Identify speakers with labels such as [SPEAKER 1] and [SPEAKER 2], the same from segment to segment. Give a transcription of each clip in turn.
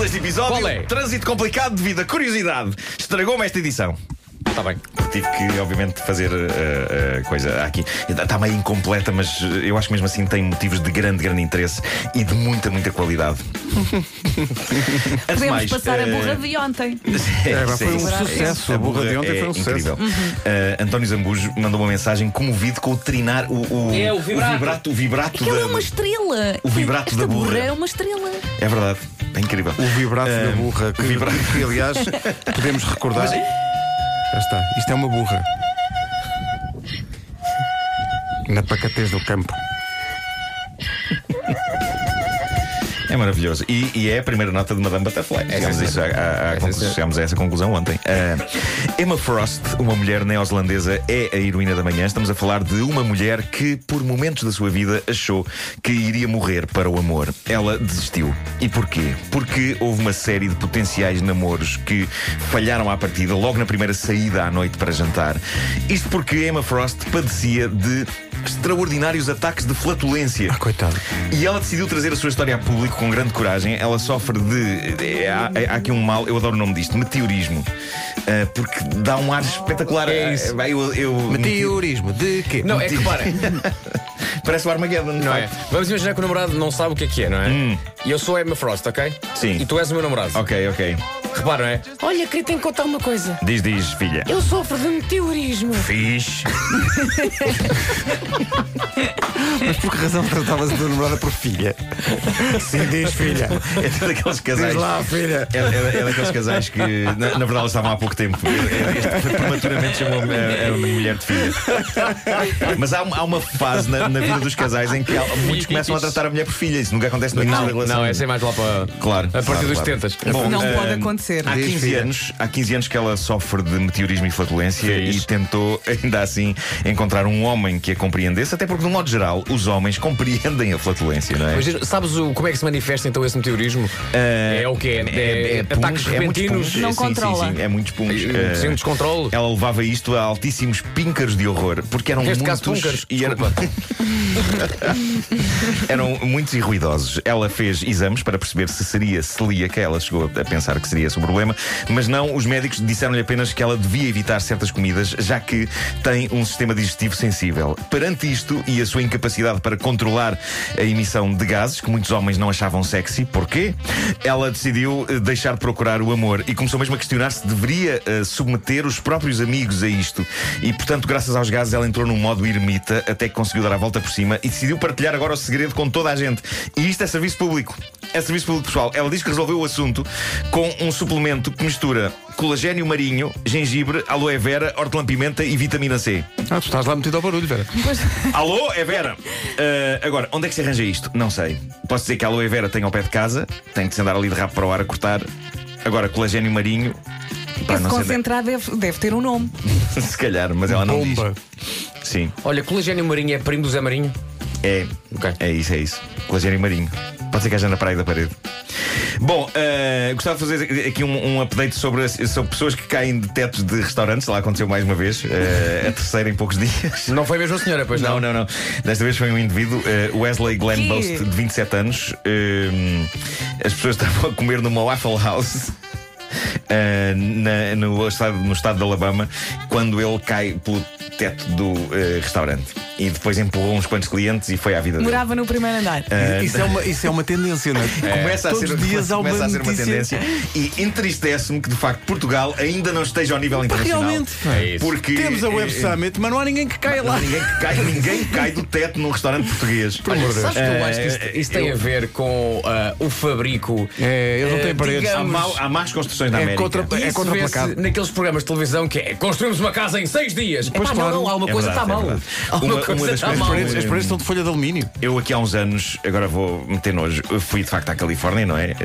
[SPEAKER 1] deste episódio.
[SPEAKER 2] Qual é?
[SPEAKER 1] Trânsito complicado devido à curiosidade. Estragou-me esta edição.
[SPEAKER 2] Está
[SPEAKER 3] Tá
[SPEAKER 2] bem.
[SPEAKER 1] Tive que, obviamente, fazer eh, eh, coisa aqui. Está meio incompleta, mas eh, eu acho que mesmo assim tem motivos de grande, grande interesse e de muita, muita qualidade. Antes de
[SPEAKER 3] Podemos
[SPEAKER 1] mais,
[SPEAKER 3] passar a
[SPEAKER 1] eh,
[SPEAKER 3] burra de ontem.
[SPEAKER 4] É, pá, foi um
[SPEAKER 1] Sim.
[SPEAKER 4] sucesso.
[SPEAKER 1] A
[SPEAKER 4] A burra
[SPEAKER 1] burra
[SPEAKER 4] de ontem
[SPEAKER 1] é
[SPEAKER 4] foi um sucesso.
[SPEAKER 1] incrível. Eh, António Zambujo mandou uma mensagem comovido com o trinar, o, o,
[SPEAKER 2] É, o vibrato.
[SPEAKER 1] o vibrato, o vibrato
[SPEAKER 3] Aquela
[SPEAKER 1] da-
[SPEAKER 3] é uma estrela.
[SPEAKER 1] o vibrato
[SPEAKER 3] Esta
[SPEAKER 1] da burra.
[SPEAKER 3] é uma estrela.
[SPEAKER 1] É verdade, é incrível. Eh,
[SPEAKER 4] O vibrato da
[SPEAKER 1] Ahm,
[SPEAKER 4] burra, que,
[SPEAKER 1] o vibrato.
[SPEAKER 4] que, aliás podemos recordar. Já está, isto é uma burra. Na pacatez do campo.
[SPEAKER 1] É maravilhoso. E, e é a primeira nota de Madame Butterfly. Chegamos, a isso- a- a- a- conclu- chegamos a essa conclusão ontem. Ah, Emma Frost, uma mulher neozelandesa, é a heroína da manhã. Estamos a falar de uma mulher que, por momentos da sua vida, achou que iria morrer para o amor. Ela desistiu. E porquê? Porque houve uma série de potenciais namoros que falharam à partida logo na primeira saída à noite para jantar. Isto porque Emma Frost padecia de extraordinários ataques de flatulência.
[SPEAKER 4] Ah, coitado.
[SPEAKER 1] E ela decidiu trazer a sua história a público com grande coragem. Ela sofre de. é, há, há aqui um mal, eu adoro o nome disto, meteorismo. Ah, porque dá um ar espetacular.
[SPEAKER 2] É isso.
[SPEAKER 1] Ah, bem, eu, eu-
[SPEAKER 4] Meteorismo, de quê?
[SPEAKER 2] Não, é que para.
[SPEAKER 1] Parece o Armageddon,
[SPEAKER 2] Não é? Vamos imaginar que o namorado não sabe o que é que é, não é? E eu sou a Emma Frost, ok?
[SPEAKER 1] Sim.
[SPEAKER 2] E tu és o meu namorado.
[SPEAKER 1] Ok, ok.
[SPEAKER 2] Repara, não é?
[SPEAKER 5] Olha, queria te contar uma coisa.
[SPEAKER 1] Diz, diz, filha.
[SPEAKER 5] Eu sofro de meteorismo.
[SPEAKER 1] Fiz.
[SPEAKER 4] Mas por que razão tratavas a tua namorada por filha? Sim, diz filha.
[SPEAKER 1] É daqueles
[SPEAKER 4] Diz
[SPEAKER 1] casais.
[SPEAKER 4] lá, filha.
[SPEAKER 1] É, é- é daqueles casais que, na, na verdade, eles estavam há pouco tempo. É, Este prematuramente chamou-me a, a é mulher de filha. Mas há, um- há uma fase na, na vida dos casais em que há- muitos começam a tratar a mulher por filha. Isso nunca acontece no início da
[SPEAKER 2] Não,
[SPEAKER 1] relação.
[SPEAKER 2] não, essa é mais lá para.
[SPEAKER 1] Claro.
[SPEAKER 2] A partir
[SPEAKER 1] claro,
[SPEAKER 2] dos
[SPEAKER 1] claro.
[SPEAKER 2] 70.
[SPEAKER 1] Bom,
[SPEAKER 6] Não
[SPEAKER 1] eh,
[SPEAKER 6] pode acontecer.
[SPEAKER 1] Há
[SPEAKER 4] Diz,
[SPEAKER 1] 15,
[SPEAKER 4] filha.
[SPEAKER 1] anos, há 15 anos que ela sofre de meteorismo e flatulência
[SPEAKER 2] Fiz.
[SPEAKER 1] e tentou, ainda assim, encontrar um homem que a compreendesse, até porque, de um modo geral, os homens compreendem a flatulência, não é?
[SPEAKER 2] Mas sabes o, como é que se manifesta então esse meteorismo? é o que é? É,
[SPEAKER 1] puns,
[SPEAKER 2] ataques
[SPEAKER 1] é muitos
[SPEAKER 2] repentinos.
[SPEAKER 1] puns.
[SPEAKER 3] Não
[SPEAKER 1] Sim,
[SPEAKER 3] controla.
[SPEAKER 1] Sim, sim, é muitos puns.
[SPEAKER 2] Eh, sem descontrole.
[SPEAKER 1] Ela levava isto a altíssimos píncaros de horror, porque eram
[SPEAKER 2] Neste
[SPEAKER 1] muitos
[SPEAKER 2] caso, púncaros,
[SPEAKER 1] e era- eram muitos e ruidosos. Ela fez exames para perceber se seria celíaca, ela chegou a pensar que seria esse o problema, mas não, os médicos disseram-lhe apenas que ela devia evitar certas comidas, já que tem um sistema digestivo sensível. Perante isto e a sua incapacidade para controlar a emissão de gases, que muitos homens não achavam sexy, porquê? Ela decidiu eh, deixar de procurar o amor e começou mesmo a questionar se deveria eh, submeter os próprios amigos a isto. E, portanto, graças aos gases, ela entrou num modo ermita até que conseguiu dar a volta por cima e decidiu partilhar agora o segredo com toda a gente. E isto é serviço público. É serviço público, pessoal. Ela diz que resolveu o assunto com um suplemento que mistura colagênio marinho, gengibre, aloe vera, hortelã-pimenta e vitamina C.
[SPEAKER 4] Ah, tu estás lá metido ao barulho, Vera.
[SPEAKER 1] Alô, é Vera. Ah, agora, onde é que se arranja isto? Não sei. Posso dizer que a aloe vera tem ao pé de casa, tem de se andar ali de rabo para o ar a cortar. Agora, colagênio marinho. Pá,
[SPEAKER 6] Esse
[SPEAKER 1] não sei é
[SPEAKER 6] concentrado deve, deve ter um nome.
[SPEAKER 1] onde- se calhar, mas ela não
[SPEAKER 4] Bomba.
[SPEAKER 1] diz. Sim,
[SPEAKER 2] Olha, colagênio marinho é primo do Zé Marinho.
[SPEAKER 1] é.
[SPEAKER 2] Ok.
[SPEAKER 1] É isso, é isso. Colagênio marinho. Pode ser que haja na praia da parede. Bom, ah, gostava de fazer aqui um, um update sobre, as- sobre pessoas que caem de tetos de restaurantes. Lá aconteceu mais uma vez, ah, a terceira em poucos dias.
[SPEAKER 2] Não foi a mesma senhora, pois
[SPEAKER 1] Não,
[SPEAKER 2] não?
[SPEAKER 1] não, não. Desta vez foi um indivíduo, eh, Wesley Glenn
[SPEAKER 6] Que?
[SPEAKER 1] Boast, de 27 anos. Ehm, as pessoas estavam a comer numa Waffle House. eh, na- no, estado, no estado de Alabama, quando ele cai pelo teto do eh, restaurante e depois empurrou uns quantos clientes e foi à vida dele.
[SPEAKER 6] Morava no primeiro andar.
[SPEAKER 1] Eh,
[SPEAKER 4] Isso é, uma, isso é uma tendência, não é?
[SPEAKER 1] Começa,
[SPEAKER 4] Todos
[SPEAKER 1] a ser,
[SPEAKER 4] os dias há uma,
[SPEAKER 1] começa a ser uma
[SPEAKER 4] notícia.
[SPEAKER 1] tendência e entristece-me que de facto Portugal ainda não esteja ao nível internacional.
[SPEAKER 4] realmente.
[SPEAKER 2] É isso.
[SPEAKER 1] porque
[SPEAKER 4] Temos a Web
[SPEAKER 1] eh,
[SPEAKER 4] Summit, mas não há ninguém que caia lá.
[SPEAKER 1] Ninguém cai, ninguém cai do teto num restaurante português.
[SPEAKER 2] Olha, sabes que eu
[SPEAKER 1] Eh,
[SPEAKER 2] acho que isto, isto tem a ver com ah, o fabrico.
[SPEAKER 4] É, eles não têm
[SPEAKER 2] eh,
[SPEAKER 4] paredes.
[SPEAKER 1] Há,
[SPEAKER 2] digamos,
[SPEAKER 1] mal, há más construções na
[SPEAKER 4] É
[SPEAKER 1] América.
[SPEAKER 4] contra, é
[SPEAKER 2] Isso vê-se
[SPEAKER 4] contraplacado.
[SPEAKER 2] naqueles programas de televisão que é construímos uma casa em seis dias.
[SPEAKER 4] Pois
[SPEAKER 2] Epá,
[SPEAKER 4] claro.
[SPEAKER 2] não, alguma
[SPEAKER 1] É
[SPEAKER 2] coisa está
[SPEAKER 1] verdade, é
[SPEAKER 2] mal.
[SPEAKER 1] verdade.
[SPEAKER 2] Alguma
[SPEAKER 1] Uma- uma
[SPEAKER 2] coisa
[SPEAKER 1] das
[SPEAKER 2] está
[SPEAKER 1] coisas-
[SPEAKER 2] mal.
[SPEAKER 4] As paredes, as paredes são de folha de alumínio.
[SPEAKER 1] Eu aqui há uns anos, agora vou meter nojo, eu fui de facto à Califórnia, não é? Eh,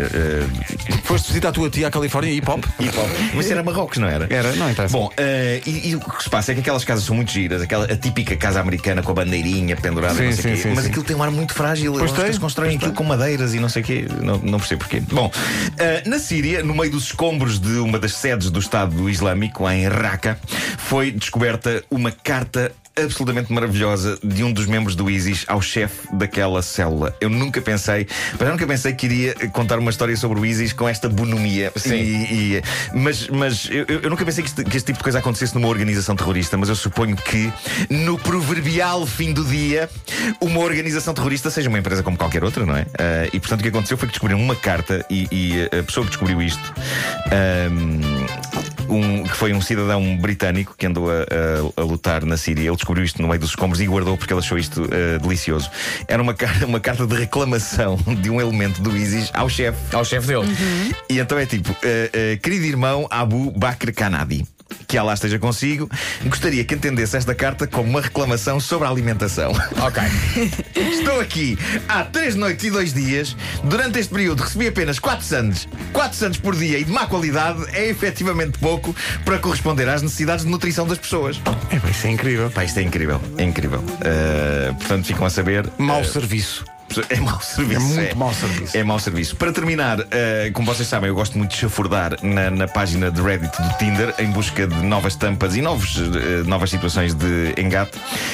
[SPEAKER 1] eh,
[SPEAKER 4] Foste visitar a tua tia à Califórnia hip hop?
[SPEAKER 1] hip hop. Mas era Marrocos, não era?
[SPEAKER 4] Era, não interessa.
[SPEAKER 1] Bom, eh, e, e o que se passa é que aquelas casas são muito giras, aquela a típica casa americana com a bandeirinha pendurada e não
[SPEAKER 4] Sim,
[SPEAKER 1] sei o
[SPEAKER 4] sim,
[SPEAKER 1] quê.
[SPEAKER 4] sim,
[SPEAKER 1] Mas
[SPEAKER 4] sim.
[SPEAKER 1] aquilo tem um ar muito frágil, eu
[SPEAKER 4] Pois
[SPEAKER 1] acho que
[SPEAKER 4] tem,
[SPEAKER 1] eles constroem aquilo com madeiras e não sei o quê. Não, não percebo porquê. Bom, eh, na Síria, no meio dos escombros de uma das sedes do Estado Islâmico, lá em Raqqa, foi descoberta uma carta. absolutamente maravilhosa de um dos membros do ISIS ao chefe daquela célula. Eu nunca pensei, mas eu nunca pensei que iria contar uma história sobre o ISIS com esta bonomia.
[SPEAKER 2] Sim.
[SPEAKER 1] E- e- mas mas eu, eu- eu nunca pensei que este, que este tipo de coisa acontecesse numa organização terrorista, mas eu suponho que no proverbial fim do dia, uma organização terrorista seja uma empresa como qualquer outra, não é? Ah, e portanto o que aconteceu foi que descobriram uma carta e, e eh, a pessoa que descobriu isto. ah, um- que foi um cidadão britânico que andou a, a- a lutar na Síria. Ele descobriu isto no meio dos escombros e guardou porque ele achou isto eh, delicioso. Era uma, car- uma carta de reclamação de um elemento do ISIS ao chefe.
[SPEAKER 2] Ao chefe dele.
[SPEAKER 1] E então é tipo: eh, eh, Querido irmão Abu Bakr Kanadi. Que Allah esteja consigo, gostaria que entendesse esta carta como uma reclamação sobre a alimentação.
[SPEAKER 2] Ok.
[SPEAKER 1] Estou aqui há três noites e dois dias. Durante este período recebi apenas quatro sandes. Quatro sandes por dia e de má qualidade é efetivamente pouco para corresponder às necessidades de nutrição das pessoas.
[SPEAKER 4] É, pá, isso é incrível.
[SPEAKER 1] Pá, isto é incrível, é incrível. Uh, portanto, ficam a saber.
[SPEAKER 4] Mau serviço.
[SPEAKER 1] É mau serviço.
[SPEAKER 4] É muito mau serviço.
[SPEAKER 1] É mau serviço. Para terminar, eh, como vocês sabem, eu gosto muito de chafurdar na, na página de Reddit do Tinder em busca de novas tampas e novos, eh, novas situações de engate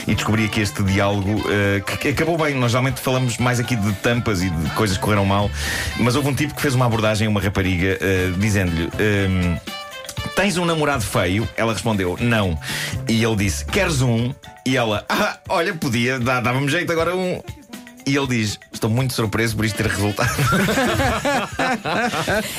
[SPEAKER 1] e descobri aqui este diálogo eh, que, que acabou bem. Nós geralmente falamos mais aqui de tampas e de coisas que correram mal, mas houve um tipo que fez uma abordagem a uma rapariga eh, dizendo-lhe. ehm, Tens um namorado feio? Ela respondeu, não. E ele disse, queres um? E ela, ah, olha, podia, dá- dava-me jeito agora um. E ele diz, estou muito surpreso por isto ter resultado.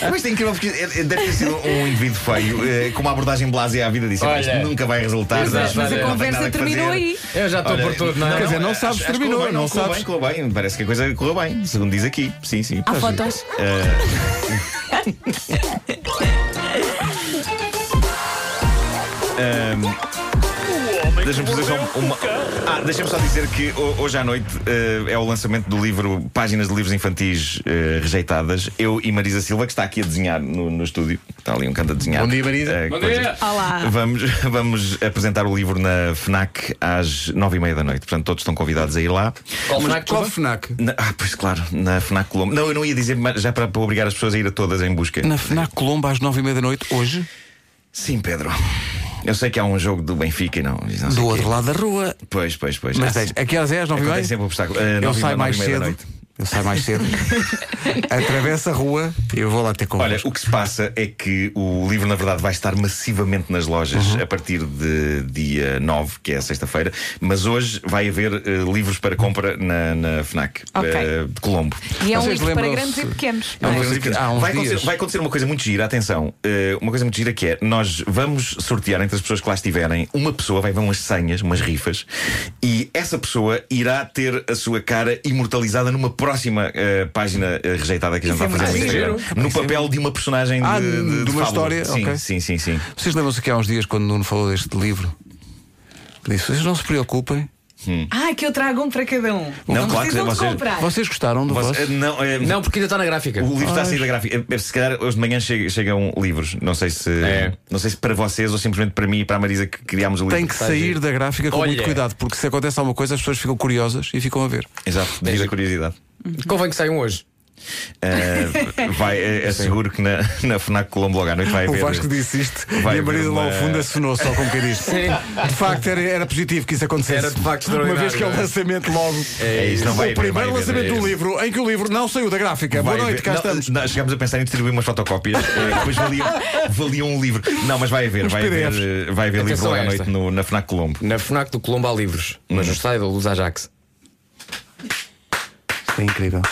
[SPEAKER 1] Mas isto é incrível porque é- é- deve ter sido um indivíduo feio, eh, com uma abordagem blasea à vida, disse,
[SPEAKER 2] Olha.
[SPEAKER 1] isto nunca vai resultar.
[SPEAKER 2] Mas- mas a
[SPEAKER 1] não tem
[SPEAKER 3] conversa
[SPEAKER 1] nada que
[SPEAKER 3] terminou
[SPEAKER 1] fazer."
[SPEAKER 3] aí.
[SPEAKER 2] Eu já estou
[SPEAKER 1] Olha,
[SPEAKER 2] por tudo, não é?
[SPEAKER 4] Quer dizer, não
[SPEAKER 1] acho-
[SPEAKER 4] sabes,
[SPEAKER 1] acho que
[SPEAKER 4] terminou,
[SPEAKER 1] correu bem,
[SPEAKER 4] não
[SPEAKER 1] correu
[SPEAKER 4] sabes.
[SPEAKER 1] bem, correu bem. Parece que a coisa correu bem, segundo diz aqui. Sim, sim.
[SPEAKER 3] Há fotos?
[SPEAKER 1] Deixa-me fazer só uma. Ah, deixa-me só dizer que ho- hoje à noite eh, é o lançamento do livro Páginas de Livros Infantis eh, Rejeitadas. Eu e Marisa Silva, que está aqui a desenhar no, no estúdio. Está ali um canto a desenhar.
[SPEAKER 4] Bom dia, Marisa.
[SPEAKER 1] Eh,
[SPEAKER 2] Bom
[SPEAKER 1] coisas.
[SPEAKER 2] dia.
[SPEAKER 3] Olá.
[SPEAKER 1] Vamos, vamos apresentar o livro na FNAC às nove e meia da noite. Portanto, todos estão convidados a ir lá.
[SPEAKER 2] Qual
[SPEAKER 4] Mas
[SPEAKER 2] FNAC,
[SPEAKER 4] qual
[SPEAKER 2] desculpa?
[SPEAKER 4] FNAC?
[SPEAKER 1] Na- ah, pois claro, na FNAC Colombo. Não, eu não ia dizer, mas já para, para obrigar as pessoas a ir a todas em busca.
[SPEAKER 4] Na FNAC Colombo às nove e meia da noite, hoje,
[SPEAKER 1] Sim, Pedro. Eu sei que há um jogo do Benfica e não. e não sei
[SPEAKER 4] do
[SPEAKER 1] quê.
[SPEAKER 4] outro lado da rua.
[SPEAKER 1] Pois, pois, pois.
[SPEAKER 4] Mas
[SPEAKER 1] Ah,
[SPEAKER 4] tens, a que horas é às nove e
[SPEAKER 1] Acontece
[SPEAKER 4] meia?
[SPEAKER 1] sempre um obstáculo. Eh,
[SPEAKER 4] eu
[SPEAKER 1] nove e
[SPEAKER 4] saio
[SPEAKER 1] meia, nove
[SPEAKER 4] mais
[SPEAKER 1] e meia da
[SPEAKER 4] cedo.
[SPEAKER 1] noite.
[SPEAKER 4] Eu saio mais cedo. Atravesso a rua e eu vou lá ter com
[SPEAKER 1] Olha, o que se passa é que o livro, na verdade, vai estar massivamente nas lojas a partir de dia 9, que é sexta-feira, mas hoje vai haver eh, livros para compra na, na FNAC
[SPEAKER 6] Ok.
[SPEAKER 1] eh, de Colombo.
[SPEAKER 6] E é um
[SPEAKER 4] Vocês
[SPEAKER 6] livro para
[SPEAKER 4] lembram-se-
[SPEAKER 6] grandes e pequenos.
[SPEAKER 4] É um
[SPEAKER 6] não é?
[SPEAKER 4] livro- que há uns
[SPEAKER 1] vai, acontecer,
[SPEAKER 4] dias.
[SPEAKER 1] vai acontecer uma coisa muito gira, atenção. eh, uma coisa muito gira que é: nós vamos sortear entre as pessoas que lá estiverem, uma pessoa vai ver umas senhas, umas rifas, e essa pessoa irá ter a sua cara imortalizada numa próxima eh, página eh, rejeitada que a gente
[SPEAKER 4] é
[SPEAKER 1] vai fazer
[SPEAKER 2] muito
[SPEAKER 1] no Instagram.
[SPEAKER 2] giro.
[SPEAKER 1] No papel de uma personagem
[SPEAKER 4] Ah,
[SPEAKER 1] de,
[SPEAKER 4] de uma
[SPEAKER 1] fábula.
[SPEAKER 4] história,
[SPEAKER 1] Sim,
[SPEAKER 4] ok.
[SPEAKER 1] sim, sim, sim.
[SPEAKER 4] Vocês lembram-se que há uns dias, quando o Nuno falou deste livro, disse: vocês não se preocupem.
[SPEAKER 6] Ah, que eu trago um para cada um.
[SPEAKER 1] Não,
[SPEAKER 6] Não,
[SPEAKER 1] claro que
[SPEAKER 6] precisam de
[SPEAKER 1] vocês-
[SPEAKER 6] comprar.
[SPEAKER 4] Vocês gostaram do
[SPEAKER 1] Você-
[SPEAKER 4] vosso?
[SPEAKER 1] eh, não, eh,
[SPEAKER 2] Não, porque ainda está na gráfica.
[SPEAKER 1] O livro está a sair da gráfica. Eh, Se calhar hoje de manhã che- chegam livros. Não sei se
[SPEAKER 2] É.
[SPEAKER 1] não sei se para vocês ou simplesmente para mim e para a Marisa que criámos o livro.
[SPEAKER 4] Tem que sair da gráfica com
[SPEAKER 2] Olha.
[SPEAKER 4] muito cuidado, porque se acontece alguma coisa, as pessoas ficam curiosas e ficam a ver.
[SPEAKER 1] Exato, devido à curiosidade.
[SPEAKER 2] Convém que saiam hoje.
[SPEAKER 1] Uh, vai, é, é seguro que na, na FNAC Colombo logo à noite vai
[SPEAKER 4] O
[SPEAKER 1] haver.
[SPEAKER 4] Vasco disse isto
[SPEAKER 1] Vai
[SPEAKER 4] e a
[SPEAKER 1] haver
[SPEAKER 4] Marisa lá ao
[SPEAKER 1] uma-
[SPEAKER 4] fundo assinou só com um bocadinho. De facto, era, era positivo que isso acontecesse.
[SPEAKER 2] Era de facto
[SPEAKER 4] Uma vez que é o
[SPEAKER 2] extraordinário.
[SPEAKER 4] lançamento logo.
[SPEAKER 1] É isso, não vai
[SPEAKER 4] o
[SPEAKER 1] haver, vai
[SPEAKER 4] primeiro
[SPEAKER 1] haver,
[SPEAKER 4] lançamento
[SPEAKER 1] é
[SPEAKER 4] do
[SPEAKER 1] isso.
[SPEAKER 4] livro, em que o livro não saiu da gráfica.
[SPEAKER 1] Vai
[SPEAKER 4] Boa noite,
[SPEAKER 1] haver-
[SPEAKER 4] cá
[SPEAKER 1] não,
[SPEAKER 4] estamos.
[SPEAKER 1] não, chegámos a pensar em distribuir umas fotocópias, eh, depois valiam, valiam um livro. Não, mas vai haver, vai haver, eh, vai haver livro
[SPEAKER 2] Atenção
[SPEAKER 1] logo
[SPEAKER 2] a
[SPEAKER 1] à
[SPEAKER 2] esta.
[SPEAKER 1] noite no- na FNAC Colombo.
[SPEAKER 2] Na FNAC
[SPEAKER 1] Uhum.
[SPEAKER 2] do Colombo há livros, mas no site da Luz Ajax.
[SPEAKER 4] Isto é incrível.